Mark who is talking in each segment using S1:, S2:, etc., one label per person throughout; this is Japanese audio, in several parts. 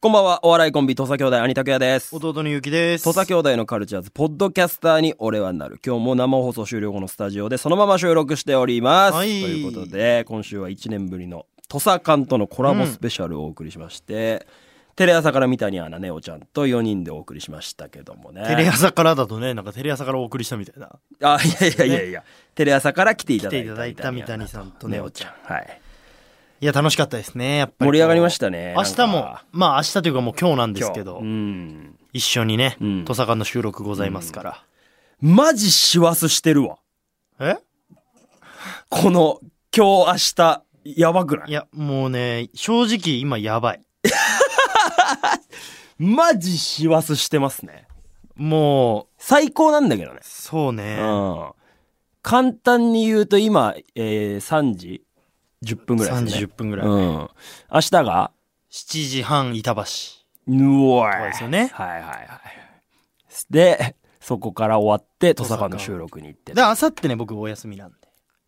S1: こんばんは、お笑いコンビ、土佐兄弟、兄拓也です。
S2: 弟のゆうきです。
S1: 土佐兄弟のカルチャーズ、ポッドキャスターに俺はなる。今日も生放送終了後のスタジオでそのまま収録しております。
S2: はい
S1: ということで、今週は1年ぶりの土佐館とのコラボスペシャルをお送りしまして、テレ朝から三谷アナ、ネオちゃんと4人でお送りしましたけどもね。
S2: テレ朝からだとね、なんかテレ朝からお送りしたみたいな。
S1: あ、いやいやいやいや、テレ朝から来ていただ
S2: 来て
S1: い
S2: い
S1: た
S2: ただいた三谷
S1: ん
S2: さんと
S1: と
S2: ね
S1: ネオ。ちゃん。はい。
S2: いや、楽しかったですね。やっぱり。
S1: 盛り上がりましたね。
S2: 明日
S1: なん
S2: も
S1: か、
S2: まあ明日というかもう今日なんですけ
S1: 今
S2: ど
S1: 日う、ん。
S2: 一緒にね、
S1: うん
S2: 土佐館の収録ございますから。
S1: マジ師走してるわ。
S2: え
S1: この、今日明日、やばくない
S2: いや、もうね、正直今やばい。
S1: マジ師走してますね。
S2: もう、
S1: 最高なんだけどね。
S2: そうね。
S1: うん。簡単に言うと今、えー、3時10分ぐらい
S2: 3
S1: です
S2: 時
S1: ね。
S2: 10分ぐらい。
S1: う
S2: 7
S1: ん。明日が
S2: 時半板橋。
S1: うおい。
S2: そうですよね
S1: はいはいはい。で、そこから終わって、土佐館の収録に行って。
S2: で、明後日ね、僕お休みなんで。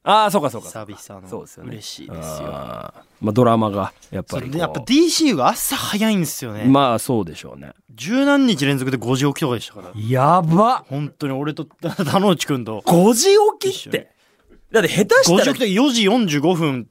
S1: ああ、そうかそうか。
S2: 久々の。
S1: そうですよね。
S2: 嬉しいですよ。
S1: あー。まあドラマが、やっぱ
S2: そう
S1: りこ
S2: で
S1: う。
S2: やっぱ DCU が朝早いんですよね。
S1: まあそうでしょうね。
S2: 十何日連続で5時起きとかでしたから。
S1: やば
S2: 本当に俺と田之内くんと。
S1: !5 時起きっ
S2: 一緒に
S1: て。だって下手
S2: 5
S1: し
S2: 時
S1: た
S2: 起きと4時45分、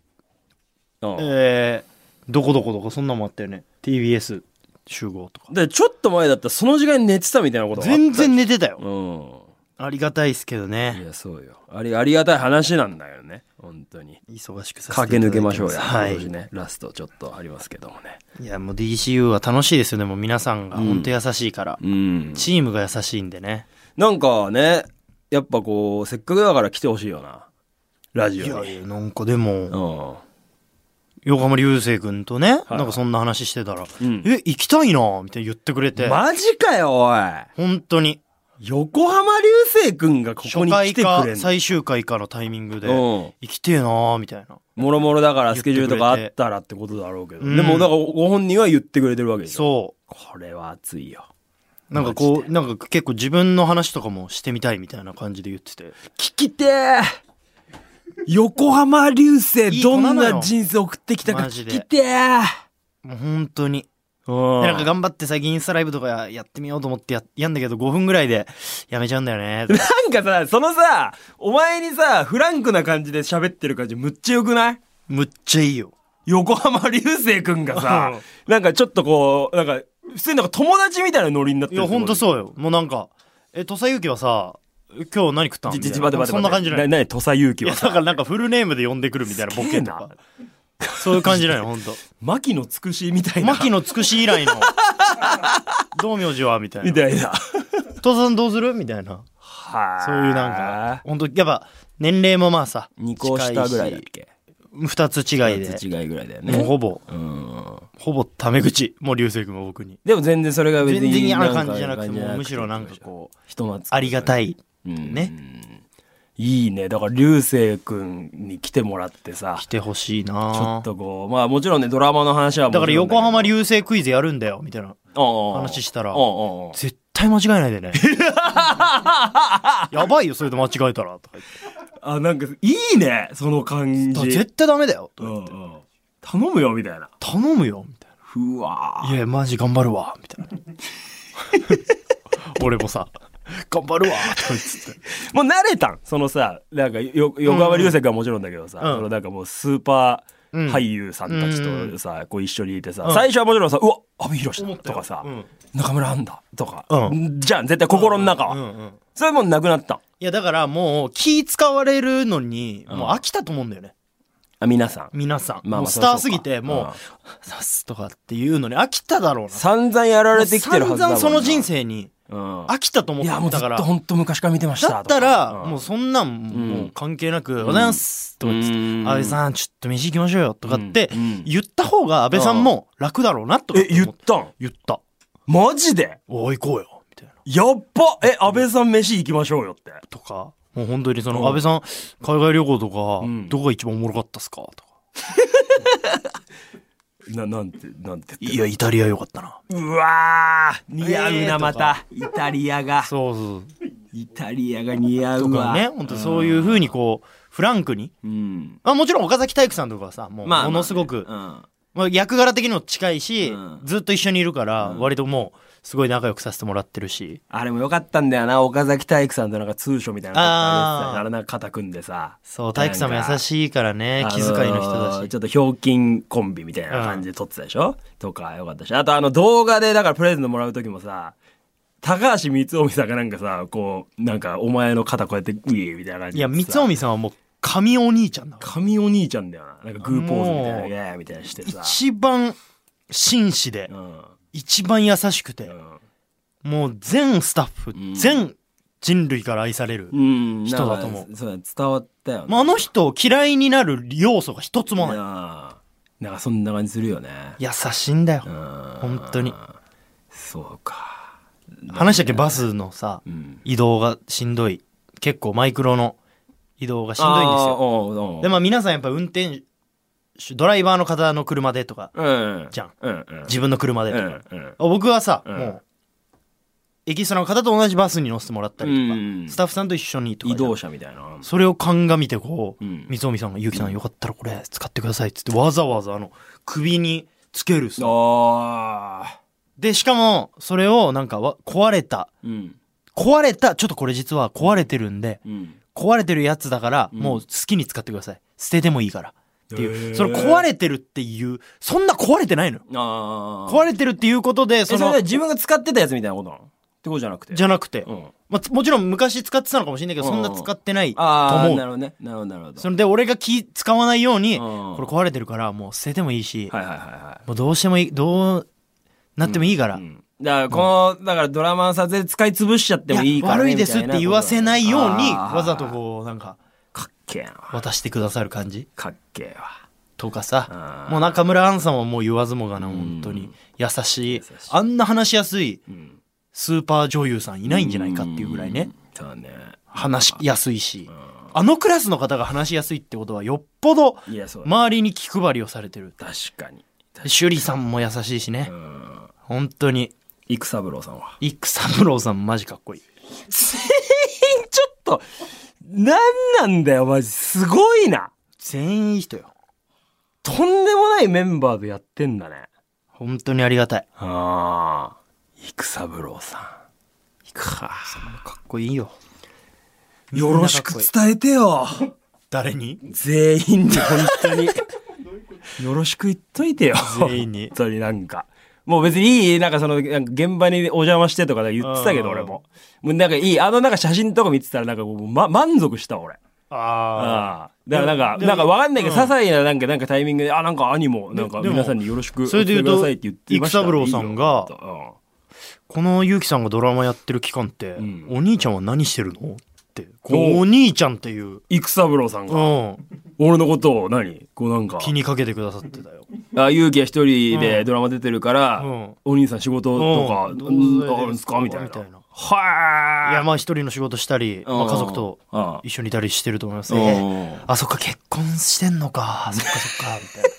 S1: ら、うん
S2: えー、どこどこどこ、そんなんもあったよね。TBS 集合とか。
S1: でちょっと前だったらその時間に寝てたみたいなことがあった
S2: 全然寝てたよ。
S1: うん
S2: ありがたいですけど
S1: い
S2: ね。
S1: やそうよありありがたい話なんだよね本当に
S2: 忙しくさせて
S1: 駆
S2: い
S1: け抜け
S2: ただ
S1: ま
S2: い
S1: してょう
S2: す
S1: や、
S2: はい。
S1: 今年ねラストちょっとありますけどもね
S2: いや、もう DCU は楽しいですよね。もう皆さんが本当優しいから。
S1: うん
S2: チームが優しいんでね。
S1: なんかねやっぱこうせっかくだから来てほしいよなラ
S2: い
S1: ジオ
S2: や
S1: に
S2: いや、なんかでも、
S1: うん
S2: 横浜流星くんとね、
S1: い
S2: なんかそんな話してたら、
S1: うん
S2: え、行きたいなみたいな言ってくれて。
S1: マジかよおい
S2: 本当に。
S1: 横浜流星くんがここ
S2: 初
S1: に
S2: 回
S1: 来てく
S2: か
S1: れんの
S2: 最終回かのタイミングで、行
S1: うん
S2: きてえなーみたいな。
S1: もろもろだからスケジュールとかあったらってことだろうけど
S2: うん
S1: でもだからご本人は言ってくれてるわけでしょ
S2: そ
S1: これは熱いよ
S2: う。なんかこう、なんか結構自分の話とかもしてみたいみたいな感じで言ってて。
S1: 聞きてえ横浜流
S2: い
S1: 星
S2: い
S1: ど
S2: 子なんのよ
S1: な人生送ってきたか
S2: マジ
S1: 聞
S2: で
S1: きてえ
S2: もう本当に。
S1: うん
S2: でなんか頑張って最近インスタライブとかやってみようと思ってややんだけど5分ぐらいでやめちゃうんだよね。
S1: なんかさ、そのさ、お前にさ、フランクな感じで喋ってる感じむっちゃ良くない
S2: むっちゃいいよ。
S1: 横浜流星くんがさ、なんかちょっとこう、なんか、普通になんか友達みたいなノリになって
S2: い
S1: る。
S2: や、ほんと
S1: う。
S2: そうよ。もうなんか、え、土佐ゆきはさ、今日何食ったん
S1: ちちち待て待
S2: みたいな
S1: て待て
S2: そんな感じない。
S1: な、なに、土佐勇気
S2: いや、
S1: は
S2: だか
S1: さ、
S2: らなんかフルネームで呼んでくるみたいなボケとか。そういう感じなんよ、ほんと。
S1: 牧野つくしみたいな。
S2: 牧野つくし 以来の道明寺はみたい
S1: み
S2: な
S1: たいな。
S2: 「父さんどうする?」みたいな
S1: は
S2: そういうなんか、本当やっぱ年齢もまあさ
S1: 二個下ぐらいだっけ
S2: 2つ違いで
S1: 二つ違いぐらいだよ
S2: もう
S1: ね。
S2: ほぼ
S1: うん。
S2: ほぼタメ口もう流星君も僕に
S1: でも全然それが別に
S2: 全然嫌な
S1: なん
S2: 感
S1: か
S2: じじゃなくて
S1: 感じ
S2: もうむしろなんかこう
S1: 人懐っこ
S2: ありがた
S1: い、
S2: い
S1: うん
S2: ね
S1: いいねだから流星君に来てもらってさ
S2: 来てほしい
S1: ちょ
S2: な
S1: っとこうまあもちろんねドラマの話はもちろ
S2: だか
S1: ん
S2: ら横浜流星クイズやるんだよみたいな話
S1: 話
S2: した
S1: た
S2: ら
S1: おうおう
S2: 絶対間違えな いでねやばいよそれで間違えたらとか言って
S1: あなんかいいねその感
S2: だ
S1: じ
S2: から絶対ダメだよと
S1: う
S2: か
S1: ん
S2: 言
S1: う
S2: って
S1: ん頼むよみたいな
S2: 頼むよみたいな
S1: ふわー
S2: いや、マジ頑張るわ、みた いな。俺もさ、頑張るわ、とかつって。
S1: もう慣れたんそのさなんかよ横浜流星君はもちろんだけどさ、
S2: うん
S1: そのなんかもうスーパ
S2: う
S1: ー
S2: ん
S1: 俳優さんたちとさ、こう一緒にいてさ、
S2: うん
S1: 最初はもちろんさ「うわ阿部寛だ」とかさ、
S2: うん
S1: 中村アンだ」とか、
S2: う
S1: じゃん絶対心の中は、
S2: うんうん。
S1: それもうなくなったん
S2: いや、だからもう気使われるのに、
S1: ん
S2: もう飽きたと思うんだよね。
S1: あ皆さん
S2: 皆
S1: ま
S2: さん。
S1: あまあ
S2: もうスターすぎ
S1: そう
S2: て、
S1: か
S2: もう、さすとかっていうのに飽きただろうな。
S1: 散々やられてきてるはずだもん
S2: もう
S1: な
S2: 散々その人、生に
S1: うん
S2: 飽きたと思っ
S1: いやも
S2: て
S1: うず
S2: た
S1: っ
S2: から
S1: と。本当昔から見てました
S2: だったら、
S1: とか
S2: もうそんなんもう関係なく、おはようございますとか言って
S1: う、ん
S2: 安倍さんちょっと飯行きましょうよとかって
S1: うんうん
S2: 言った方が安倍さんも楽だろうなとか
S1: え
S2: って思
S1: 言
S2: っ
S1: ったん
S2: 言った。
S1: マジで
S2: おい行こうよみたいな。
S1: やっばえ安倍さん飯行きましょうよって
S2: とか、もう本当にそうの、
S1: ん
S2: 安倍さん、海外旅行とか、
S1: うん
S2: どこが一番おもろかったっすかとか。
S1: ななんてなんて言って
S2: いや、イタリア良かったな。
S1: うわー似合うな、
S2: えーとか
S1: また。イタリアが。
S2: そうそう。
S1: イタリアが似合
S2: と
S1: う
S2: か
S1: わ。
S2: ね、本当そういう風にこう、フランクに。
S1: うん。
S2: まあもちろん岡崎体育さんとかはさ、もう、
S1: まあ、
S2: ものすごく、
S1: まあね
S2: まあ、役柄的にも近いし、
S1: うん
S2: ずっと一緒にいるから、
S1: うん
S2: 割ともう、すごい仲良くさせてもらってるし。
S1: あれもよかったんだよな岡崎体育さんとなんか通所みたいなの
S2: あー
S1: あれなんか肩組んでさ
S2: そう、体育さんも優しいからね、
S1: あ
S2: 気遣いの人だし。
S1: ちょっとひょうきんコンビみたいな感じで撮ってたでしょ、とかよかったしあとあの動画でだからプレゼントもらう時もさ高橋光臣さんがなんかさこうなんかお前の肩こうやってグイーみたいな感じ
S2: いや、三
S1: 光
S2: 尾さんはもう、神お兄ちゃんだから
S1: 神お兄ちゃんだよななんかグーポーズみたい
S2: も
S1: な
S2: う
S1: イエーイみたいなしてさ、
S2: 一番、紳士で
S1: う、ん
S2: 一番優しくて
S1: う、ん
S2: もう全スタッフ、
S1: ん
S2: 全人類から愛される。
S1: うん、
S2: 人だと思う
S1: なんかそうだ伝わったよね
S2: まあ、あの人を嫌いになる要素が一つもない。
S1: なあなんかそんな感じするよね
S2: 優しいんだよ。
S1: 本
S2: 本当に。
S1: そうか
S2: 話したっけ、バスのさ、
S1: うん
S2: 移動がしんどい。結構マイクロの移動がしんどいんですよ。
S1: よ
S2: で、まあ皆さんやっぱ運転手、ドライバーの方の車でとか、
S1: うん
S2: じゃん。
S1: うんうん
S2: 自分の車でと
S1: う
S2: か。
S1: んうん
S2: 僕はさ、
S1: うん
S2: もう、エキストラの方と同じバスに乗せてもらったりとか、
S1: うん
S2: スタッフさんと一緒にとか。
S1: 移動車みたいな
S2: それを鑑みてこう、
S1: うん
S2: 三尾さんが、ゆうきさんよかったらこれ使ってくださいっつって、わざわざあの、首につけるさ。
S1: ああ
S2: で、しかも、それをなんかわ、壊れた、
S1: うん
S2: 壊れた、ちょっとこれ実は壊れてるんで、
S1: うん
S2: 壊れてるやつだから、
S1: うん
S2: もう好きに使ってください。捨ててもいいから。ってい
S1: へー
S2: う。その壊れてるっていう、そんな壊れてないのよ。
S1: ああ
S2: 壊れてるっていうことで、
S1: そ
S2: そ
S1: れ
S2: の
S1: は、自分が使ってたやつみたいなことなのってことじゃなくて
S2: じゃなくて
S1: う、ん
S2: まあ、つもちろん昔使ってたのかもしれないけど、
S1: うん
S2: そんな使ってないと
S1: ああ
S2: 思
S1: な
S2: う。
S1: るほどねなるほどなるほど
S2: それで、俺が気使わないように、
S1: うん
S2: これ壊れてるから、もう捨ててもいいし、
S1: はいはいはいはい
S2: もうどうしてもいい、どうなってもいいから、
S1: うんだからこのだからドラマの撮影で使い潰しちゃってもいいからね
S2: 悪いですって言わせないよう
S1: みた
S2: に、
S1: な
S2: わざとこう、なんか、
S1: かっけえな
S2: 渡してくださる感じ
S1: かっけえわ
S2: とか
S1: あ
S2: さ
S1: ー、
S2: もう中村アンさんはもう言わずもがな、
S1: うん
S2: 本当に。優しい
S1: しい。
S2: あんな話しやすい
S1: うん
S2: スーパー女優さんいないんじゃないかっていうぐらいね、
S1: そうね
S2: 話しやすいし、あのクラスの方が話しやすいってことはよっぽど
S1: いやそうだ
S2: 周りに気配りをされてる。
S1: 確かに
S2: で趣里さんも優しいしね
S1: う。ん
S2: 本当に。
S1: 育三郎さんは
S2: 育三郎さんマジかっこいい。
S1: ちょっとなんなんだよマジすごいな
S2: 全員いい人よ。
S1: とんでもないメンバーでやってんだね
S2: 本当にありがたい。
S1: ああ育三郎さんか
S2: かっこいいよ。
S1: よろしく伝えてよ
S2: 誰に
S1: 全員で本当に よろしく言っといてよ
S2: 全員に
S1: 本当になんかもう別にいいなんかそのなんか現場にお邪魔してとか言ってたけど
S2: うん
S1: 俺ももうなんかいいあのなんか写真とか見てたらなんかもう、ま、満足した俺
S2: ああ。
S1: ああだからなんか
S2: でも
S1: なんかわかんないけど、
S2: うん
S1: 些細ななんかなんかタイミングであなんか兄もなんか
S2: でも
S1: 皆さんによろしくお
S2: それ
S1: 伝え
S2: で言う
S1: く
S2: と
S1: ださいって言ってました
S2: 育三郎さんが
S1: いいよ
S2: このゆうきさんがドラマやってる期間って、
S1: ん
S2: お兄ちゃんは何してるのって。こう
S1: おう
S2: お兄ちゃんっていう、
S1: うん育三郎さん
S2: う
S1: が
S2: ん、
S1: 俺のことを何こうなんか
S2: 気にかけてくださってたよ。
S1: あ勇気は一人でドラマ出てるから、
S2: うん
S1: お兄さん仕事とか、
S2: うん
S1: ど
S2: ど
S1: う
S2: う
S1: あるんですかみたいな
S2: みたいな
S1: はいい
S2: や、まあ一人の仕事したり、まあ、
S1: うん
S2: 家族と
S1: うん
S2: 一緒にいたりしてると思います
S1: うん
S2: ね。あ、そっか、結婚してんのか。そっかそっか、みたいな。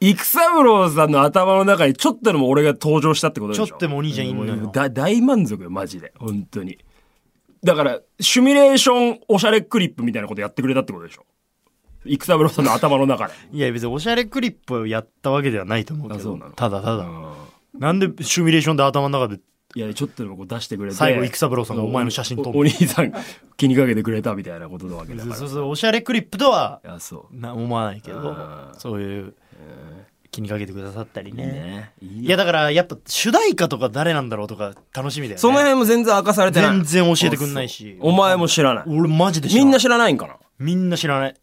S1: 育三郎さんの頭の中にちょっとでも俺が登場したってことでしょ
S2: ちょっとでもお兄ちゃんいんのよ
S1: うもうだ大満足よマジで本当にだからシミュレーションおしゃれクリップみたいなことやってくれたってことでしょ育三郎さんの頭の中で
S2: いや、別におしゃれクリップをやったわけではないと思うけ
S1: あそう
S2: ど
S1: なの、
S2: ただた
S1: う
S2: だ。
S1: ん
S2: なんでシミュレーションで頭の中で、
S1: いやちょっとでもこう出してくれて
S2: 最後育三郎さんがお前の写真撮る
S1: おお兄さん気にかけてくれたみたいなことなわけだから
S2: そうそう、おしゃれクリップとはい
S1: やそう
S2: な思わないけ
S1: あ
S2: ど、
S1: ー
S2: そういう、気にかけてくださったりね。
S1: ねい
S2: いや、だからやっぱ主題歌とか誰なんだろうとか楽しみだよね。
S1: その辺も全然明かされてない
S2: 全然教えてくんないし
S1: お前も知らない
S2: 俺マジで知
S1: み
S2: ら
S1: んな
S2: ない
S1: 知らないんかな
S2: みんな知らない。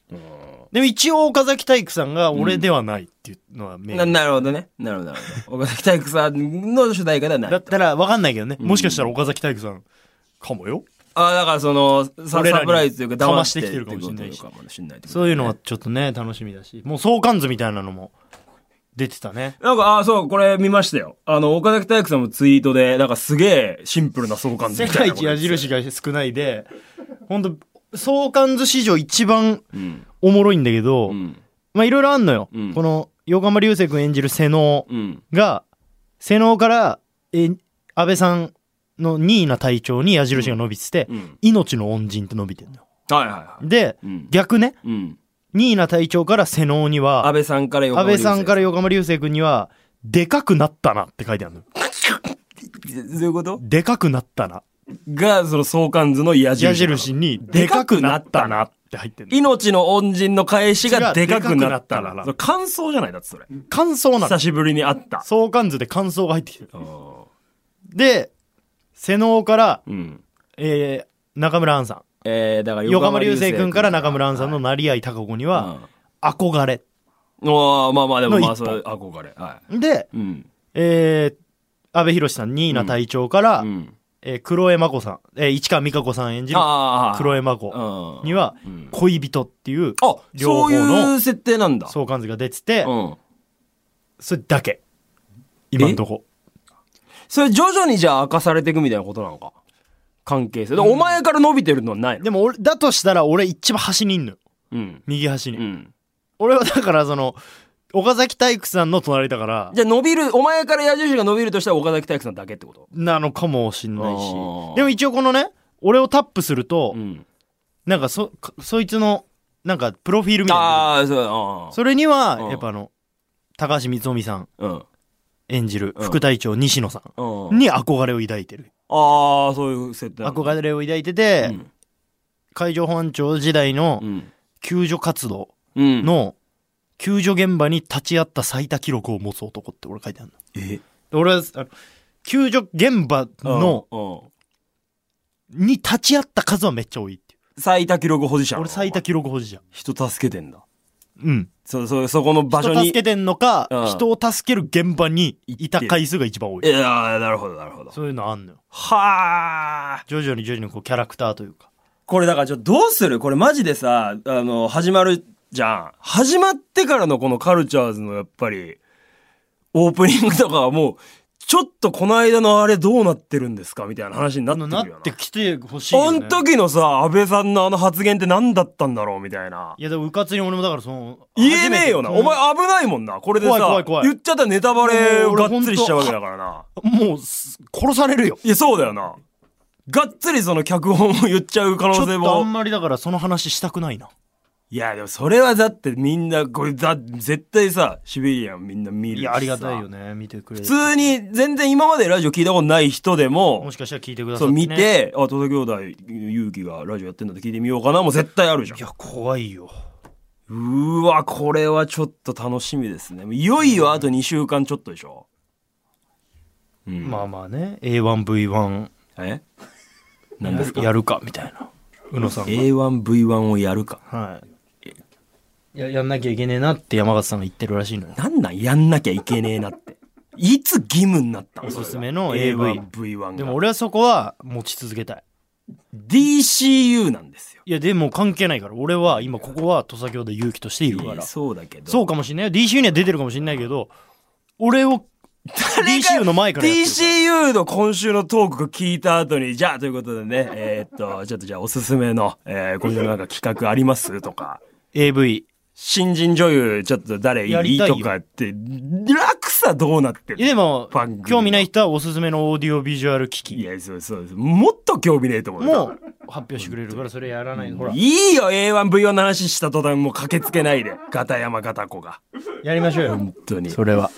S2: でも一応岡崎体育さんが俺ではないっていうのは明
S1: な
S2: 確
S1: なるほどね。なるほどなるほど。岡崎体育さんの主題歌ではない
S2: だっ
S1: と。
S2: たらわかんないけどね。もしかしたら岡崎体育さんかもよ。
S1: ああ、だからその、サ
S2: 俺らに
S1: サプライズというか、
S2: か
S1: 騙
S2: ま
S1: し
S2: してて
S1: き
S2: き
S1: て
S2: て
S1: る
S2: る
S1: か
S2: か
S1: も
S2: も
S1: し
S2: し
S1: れな
S2: んないい
S1: っ
S2: して
S1: ことかもしんないってことね
S2: そういうのはちょっとね、楽しみだし。もう相関図みたいなのも出てたね。
S1: なんか、ああ、そう、これ見ましたよ。あの、岡崎体育さんのツイートで、なんかすげえシンプルな相関図
S2: 世
S1: みたい
S2: 界
S1: なこと
S2: 一
S1: 言
S2: 矢
S1: ってたよ。
S2: 印が少ないで、ほんと、相関図史上一番
S1: うん。
S2: おもろいんだけど、
S1: うん。
S2: まあいろいろあんのよ。
S1: うん
S2: この、横浜流星君演じる瀬能
S1: うん。
S2: が、瀬能から、え、安倍さんのニーな隊長に矢印が伸びてて、
S1: うん。
S2: 命の恩人って伸びてんのよ。
S1: はいはいはい。
S2: で、
S1: うん。
S2: 逆ね、
S1: うん。
S2: ニーナ隊長から瀬能には
S1: 安倍さんから横
S2: 安
S1: 浜流
S2: 倍
S1: 星
S2: さんから横浜流星君には、でかくなったなって書いてあるの。
S1: どういうこと
S2: でかくなったな。
S1: が、その相関図の矢印。
S2: 矢印に、でかくなったなって入ってる
S1: 命の恩人の返しがでかくなった
S2: 違うでかくなったな
S1: ら。それ感想じゃないだってそれ。
S2: 感想なの
S1: 久。しぶりに会った。
S2: 相関図で感想が入ってきてる。
S1: うん
S2: で、瀬能から、
S1: うん。
S2: えー、中村杏さん。
S1: えー、だから
S2: 横浜流星君から中村杏さんの
S1: は
S2: 成合孝子に
S1: い
S2: は、憧れ。
S1: うんおーまあまあでも
S2: の
S1: まあ
S2: 一
S1: そ
S2: 歩
S1: れ憧れ。は
S2: で、
S1: い。うん。
S2: えー、安倍博さん、ニーナ隊長から、
S1: うん。
S2: えー、黒江真子さん、えー、市川美香子さん演じる
S1: ああ。
S2: 黒江
S1: 子
S2: 真子には
S1: う、ん
S2: 恋人っていう
S1: あ、
S2: 両
S1: そ
S2: 方
S1: うい
S2: の
S1: う設定なんだ。
S2: 相関図が出てて
S1: う、ん。
S2: それだけ。今んとこ。
S1: それ徐々にじゃあ明かされていくみたいなことなのか。関係性。でお前から伸びてるのはないの
S2: でも俺、だとしたら俺一番端にいんのよ。
S1: うん。
S2: 右端に。
S1: うん。
S2: 俺はだからその、岡崎体育さんの隣だから、
S1: じゃあ伸びる、お前から矢印が伸びるとしたら岡崎体育さんだけってこと
S2: なのかもしんないし
S1: あー。
S2: でも一応このね、俺をタップすると、
S1: ん。
S2: なんかそ、かそいつの、なんかプロフィールみたいなの
S1: ああ、そう、ああ。
S2: 出てくる。それに
S1: う
S2: は
S1: ん、
S2: やっぱあの、高橋光臣さん
S1: うん。
S2: 演じる
S1: うん
S2: 副隊長西野さん
S1: うん。
S2: に憧れを抱いてる。
S1: ああ、そういう設定なの
S2: 憧れを抱いてて、
S1: うん
S2: 海上保安庁時代の
S1: うん。
S2: 救助活動
S1: うん。
S2: の救助現場に立ち会った最多記録を持つ男って俺書いてあるの。
S1: え
S2: で俺は、あの救助現場の、
S1: うん。
S2: に立ち会った数はめっちゃ多いっていう。
S1: 最多記録保持者
S2: 俺最多記録保持者。
S1: 人助けてんだ
S2: うん。
S1: そそそこの場
S2: 人
S1: 所
S2: 助
S1: に
S2: けてんのか
S1: うん、
S2: 人を助ける現場にいた回数が一番多
S1: い
S2: い。
S1: やーなるほどなるほど
S2: そういうのあんのよ。
S1: はあ
S2: 徐々に徐々にこうキャラクターというか。
S1: これだからちょっとどうするこれマジでさあの始まるじゃん始まってからのこのカルチャーズのやっぱりオープニングとかはもうちょっとこの間のあれどうなってるんですかみたいな話になって
S2: な
S1: るよ
S2: な
S1: な
S2: ってきてほしい
S1: あ
S2: よ、ね。
S1: ん時のさ安倍さんのあの発言って何だったんだろうみたいない
S2: やでもうかつに俺もだからその。
S1: 言えねえよな。
S2: 初め
S1: お
S2: て
S1: 前危ないもんな。これでさ、
S2: 怖い怖い怖い
S1: 言っちゃったらネタバレをがっつりしちゃうわけだからな。
S2: もうす、殺されるよ。
S1: いや、そうだよな。がっつりその脚本を言っちゃう可
S2: ちょ
S1: 能
S2: っ
S1: 性
S2: とあ
S1: も。
S2: んまりだからその話したくないな。
S1: いや、でもそれはだってみんな、これだ、絶対さ、シビリアンみんな見るし
S2: い
S1: さ
S2: や、ありがたいよ。ね。見てくれる。
S1: 普通に全然今までラジオ聞いたことない人でも
S2: も、しかしたら聞いてくだ
S1: そ
S2: さっ
S1: う
S2: て、ね。
S1: 見。て、あ、戸田兄弟、勇気がラジオやってんだって聞いてみようかな、もう絶対あるじゃん
S2: い。や、怖いよ。
S1: うーわ、これはちょっと楽しみですね。いよいよあと2週間ちょっとでしょ。うん。
S2: まあまあね。A1V1
S1: え何ですか
S2: やるか、みたいな。宇野さんが。
S1: ?A1V1 をやるか。
S2: はい。や、やんなきゃいけねえなって山形さんが言ってるらしいのよ。
S1: なんなんやんなきゃいけねえなって。いつ義務になったの
S2: おすすめの
S1: A1、V1 が。
S2: でも俺はそこは持ち続けたい。
S1: DCU なんですよ。
S2: いや、でも関係ないから。俺は今ここは土佐兄弟勇気としているから。
S1: そうだけど。
S2: そうかもしんないよ。DCU には出てるかもしんないけど、俺を、DCU の前からやってるから
S1: DCU の今週のトークを聞いた後に、じゃあということでね、えーっと、ちょっとじゃあおすすめの、えー、今週のなんか企画ありますとか、
S2: AV。
S1: 新人女優ちょっと誰い
S2: や
S1: い
S2: りたいよ
S1: とかって、楽さどうなって
S2: いや
S1: る
S2: でも
S1: 番組、の
S2: 興味ない人はおすすめのオーディオビジュアル機
S1: い
S2: 器
S1: や、そうそうそう。もっと興味ねえと思うよ。
S2: も発表してくれるから、それやらないと。ほら、
S1: いいよ、A1V1 の話した途端もう駆けつけないで。片山片子が。
S2: やりましょうよ。
S1: 本当に。
S2: それは。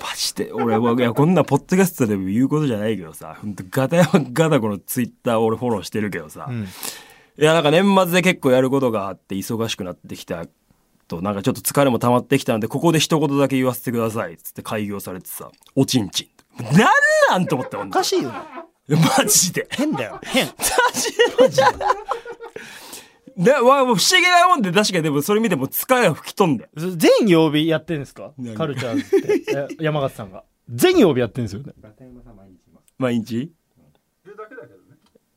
S1: マジで、俺は、いや、こんなポッドキャストでも言うことじゃないけどさ、ほんとガタヤガタコのツイッター俺フォローしてるけどさ、
S2: うん
S1: いや、なんか年末で結構やることがあって忙しくなってきたと、なんかちょっと疲れも溜まってきたので、ここで一言だけ言わせてください、つって開業されてさ、おちんちん。なんなんと思ったもん
S2: おかしいよね。
S1: マジで。
S2: 変だよ。変。
S1: マジで。で、わ、不思議なもんで、確かにでもそれ見ても疲れが吹き飛んで。
S2: 全曜日やってんですか
S1: 何
S2: カルチャーズって。 え山形さんが。全曜日やってんですよね。
S1: 毎日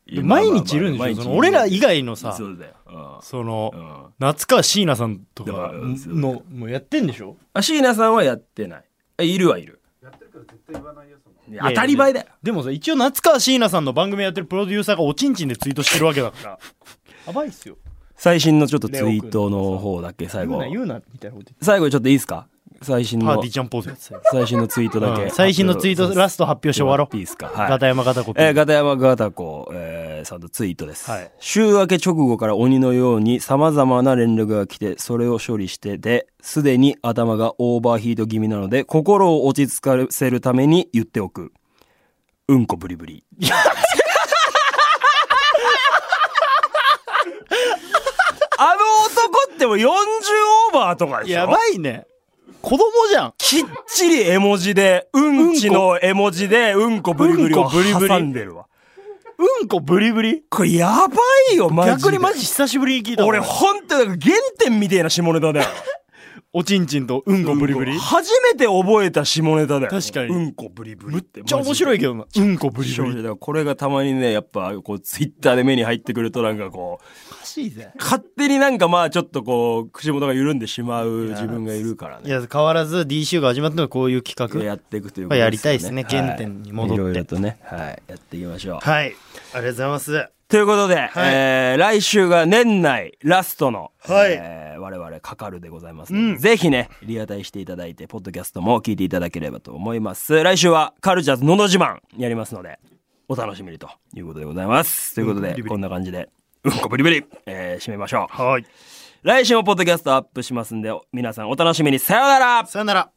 S1: いやまあまあ
S2: 毎
S1: まあ
S2: 日いるんで
S1: 毎
S2: し
S1: 日
S2: ょその俺ら以外のさ
S1: そ、うだよ。うん
S2: その
S1: うん、
S2: 夏川椎名さんと
S1: だ
S2: か
S1: からそう
S2: の、もうやってんでしょ
S1: あ、椎名さんはやってない。えいるはいる。やってるから絶対言わないよ、その。当たり前だよ。
S2: でもさ、一応夏川椎名さんの番組やってるプロデューサーがおちんちんでツイートしてるわけだから。 やばいっすよ。
S1: 最新のちょっとツイートの方だけ、最
S2: 言う
S1: 後
S2: な、。言うな、みたいなこと言って。
S1: 最後ちょっといいですか最新
S2: パー
S1: の
S2: ティー、ちゃんポーズやってたよ
S1: 最新のツイートだ
S2: う
S1: け。
S2: ん最新のツイートラスト発表して終わろ。
S1: いういですか。はい
S2: 片。山片子。
S1: えー、片山ガタコ、えーさんのツイートです。
S3: はい
S1: 週明け直後から鬼のように様々な連絡が来て、それを処理してで、すでに頭がオーバーヒート気味なので、心を落ち着かせるために言っておく。うんこブリブ リ。あの男ってもう40オーバーとかでしょ
S3: やばいね。子供じゃん。
S1: きっちり絵文字で、うんちの絵文字で、うんこブリブリを挟んでるわ。
S3: うんこブリブリ。
S1: これやばいよ、マジで。
S3: 逆にマジ久しぶりに聞いたわ
S1: 俺、ほんと、原点みたいな下ネタだよ。
S3: おちんちんとうんこブリブリ。
S1: 初めて覚えた下ネタだよ。
S3: 確かに
S1: うんこブリブリ
S3: む
S1: っ。
S3: ってちゃ面白いけどな。うんこブリブリ。
S1: だからこれがたまにね、やっぱ、こう、ツイッターで目に入ってくるとなんかこう、
S3: おかしいぜ。
S1: 勝手になんかまあちょっとこう、口元が緩んでしまう自分がいるから
S2: い
S1: ね。
S2: や、変わらず D 集が始まったのはこういう企画。
S1: やっていくという
S2: まあやりたいですね
S1: はい
S2: 原点に戻って
S1: いろいろとね、はい、やっていきましょう。
S2: はい。ありがとうございます。
S1: ということで、えー来週が年内ラストの、
S2: はい
S1: えー我々かかるでございますので、ぜひね、リアタイしていただいて、ポッドキャストも聞いていただければと思います。来週はカルチャーズのど自慢やりますので、お楽しみにということでございます。ということで、こんな感じで、うんこブリブリ、えー締めましょう。
S2: はい。
S1: 来週もポッドキャストアップしますんで、皆さんお楽しみに。さようなら
S2: さよなら。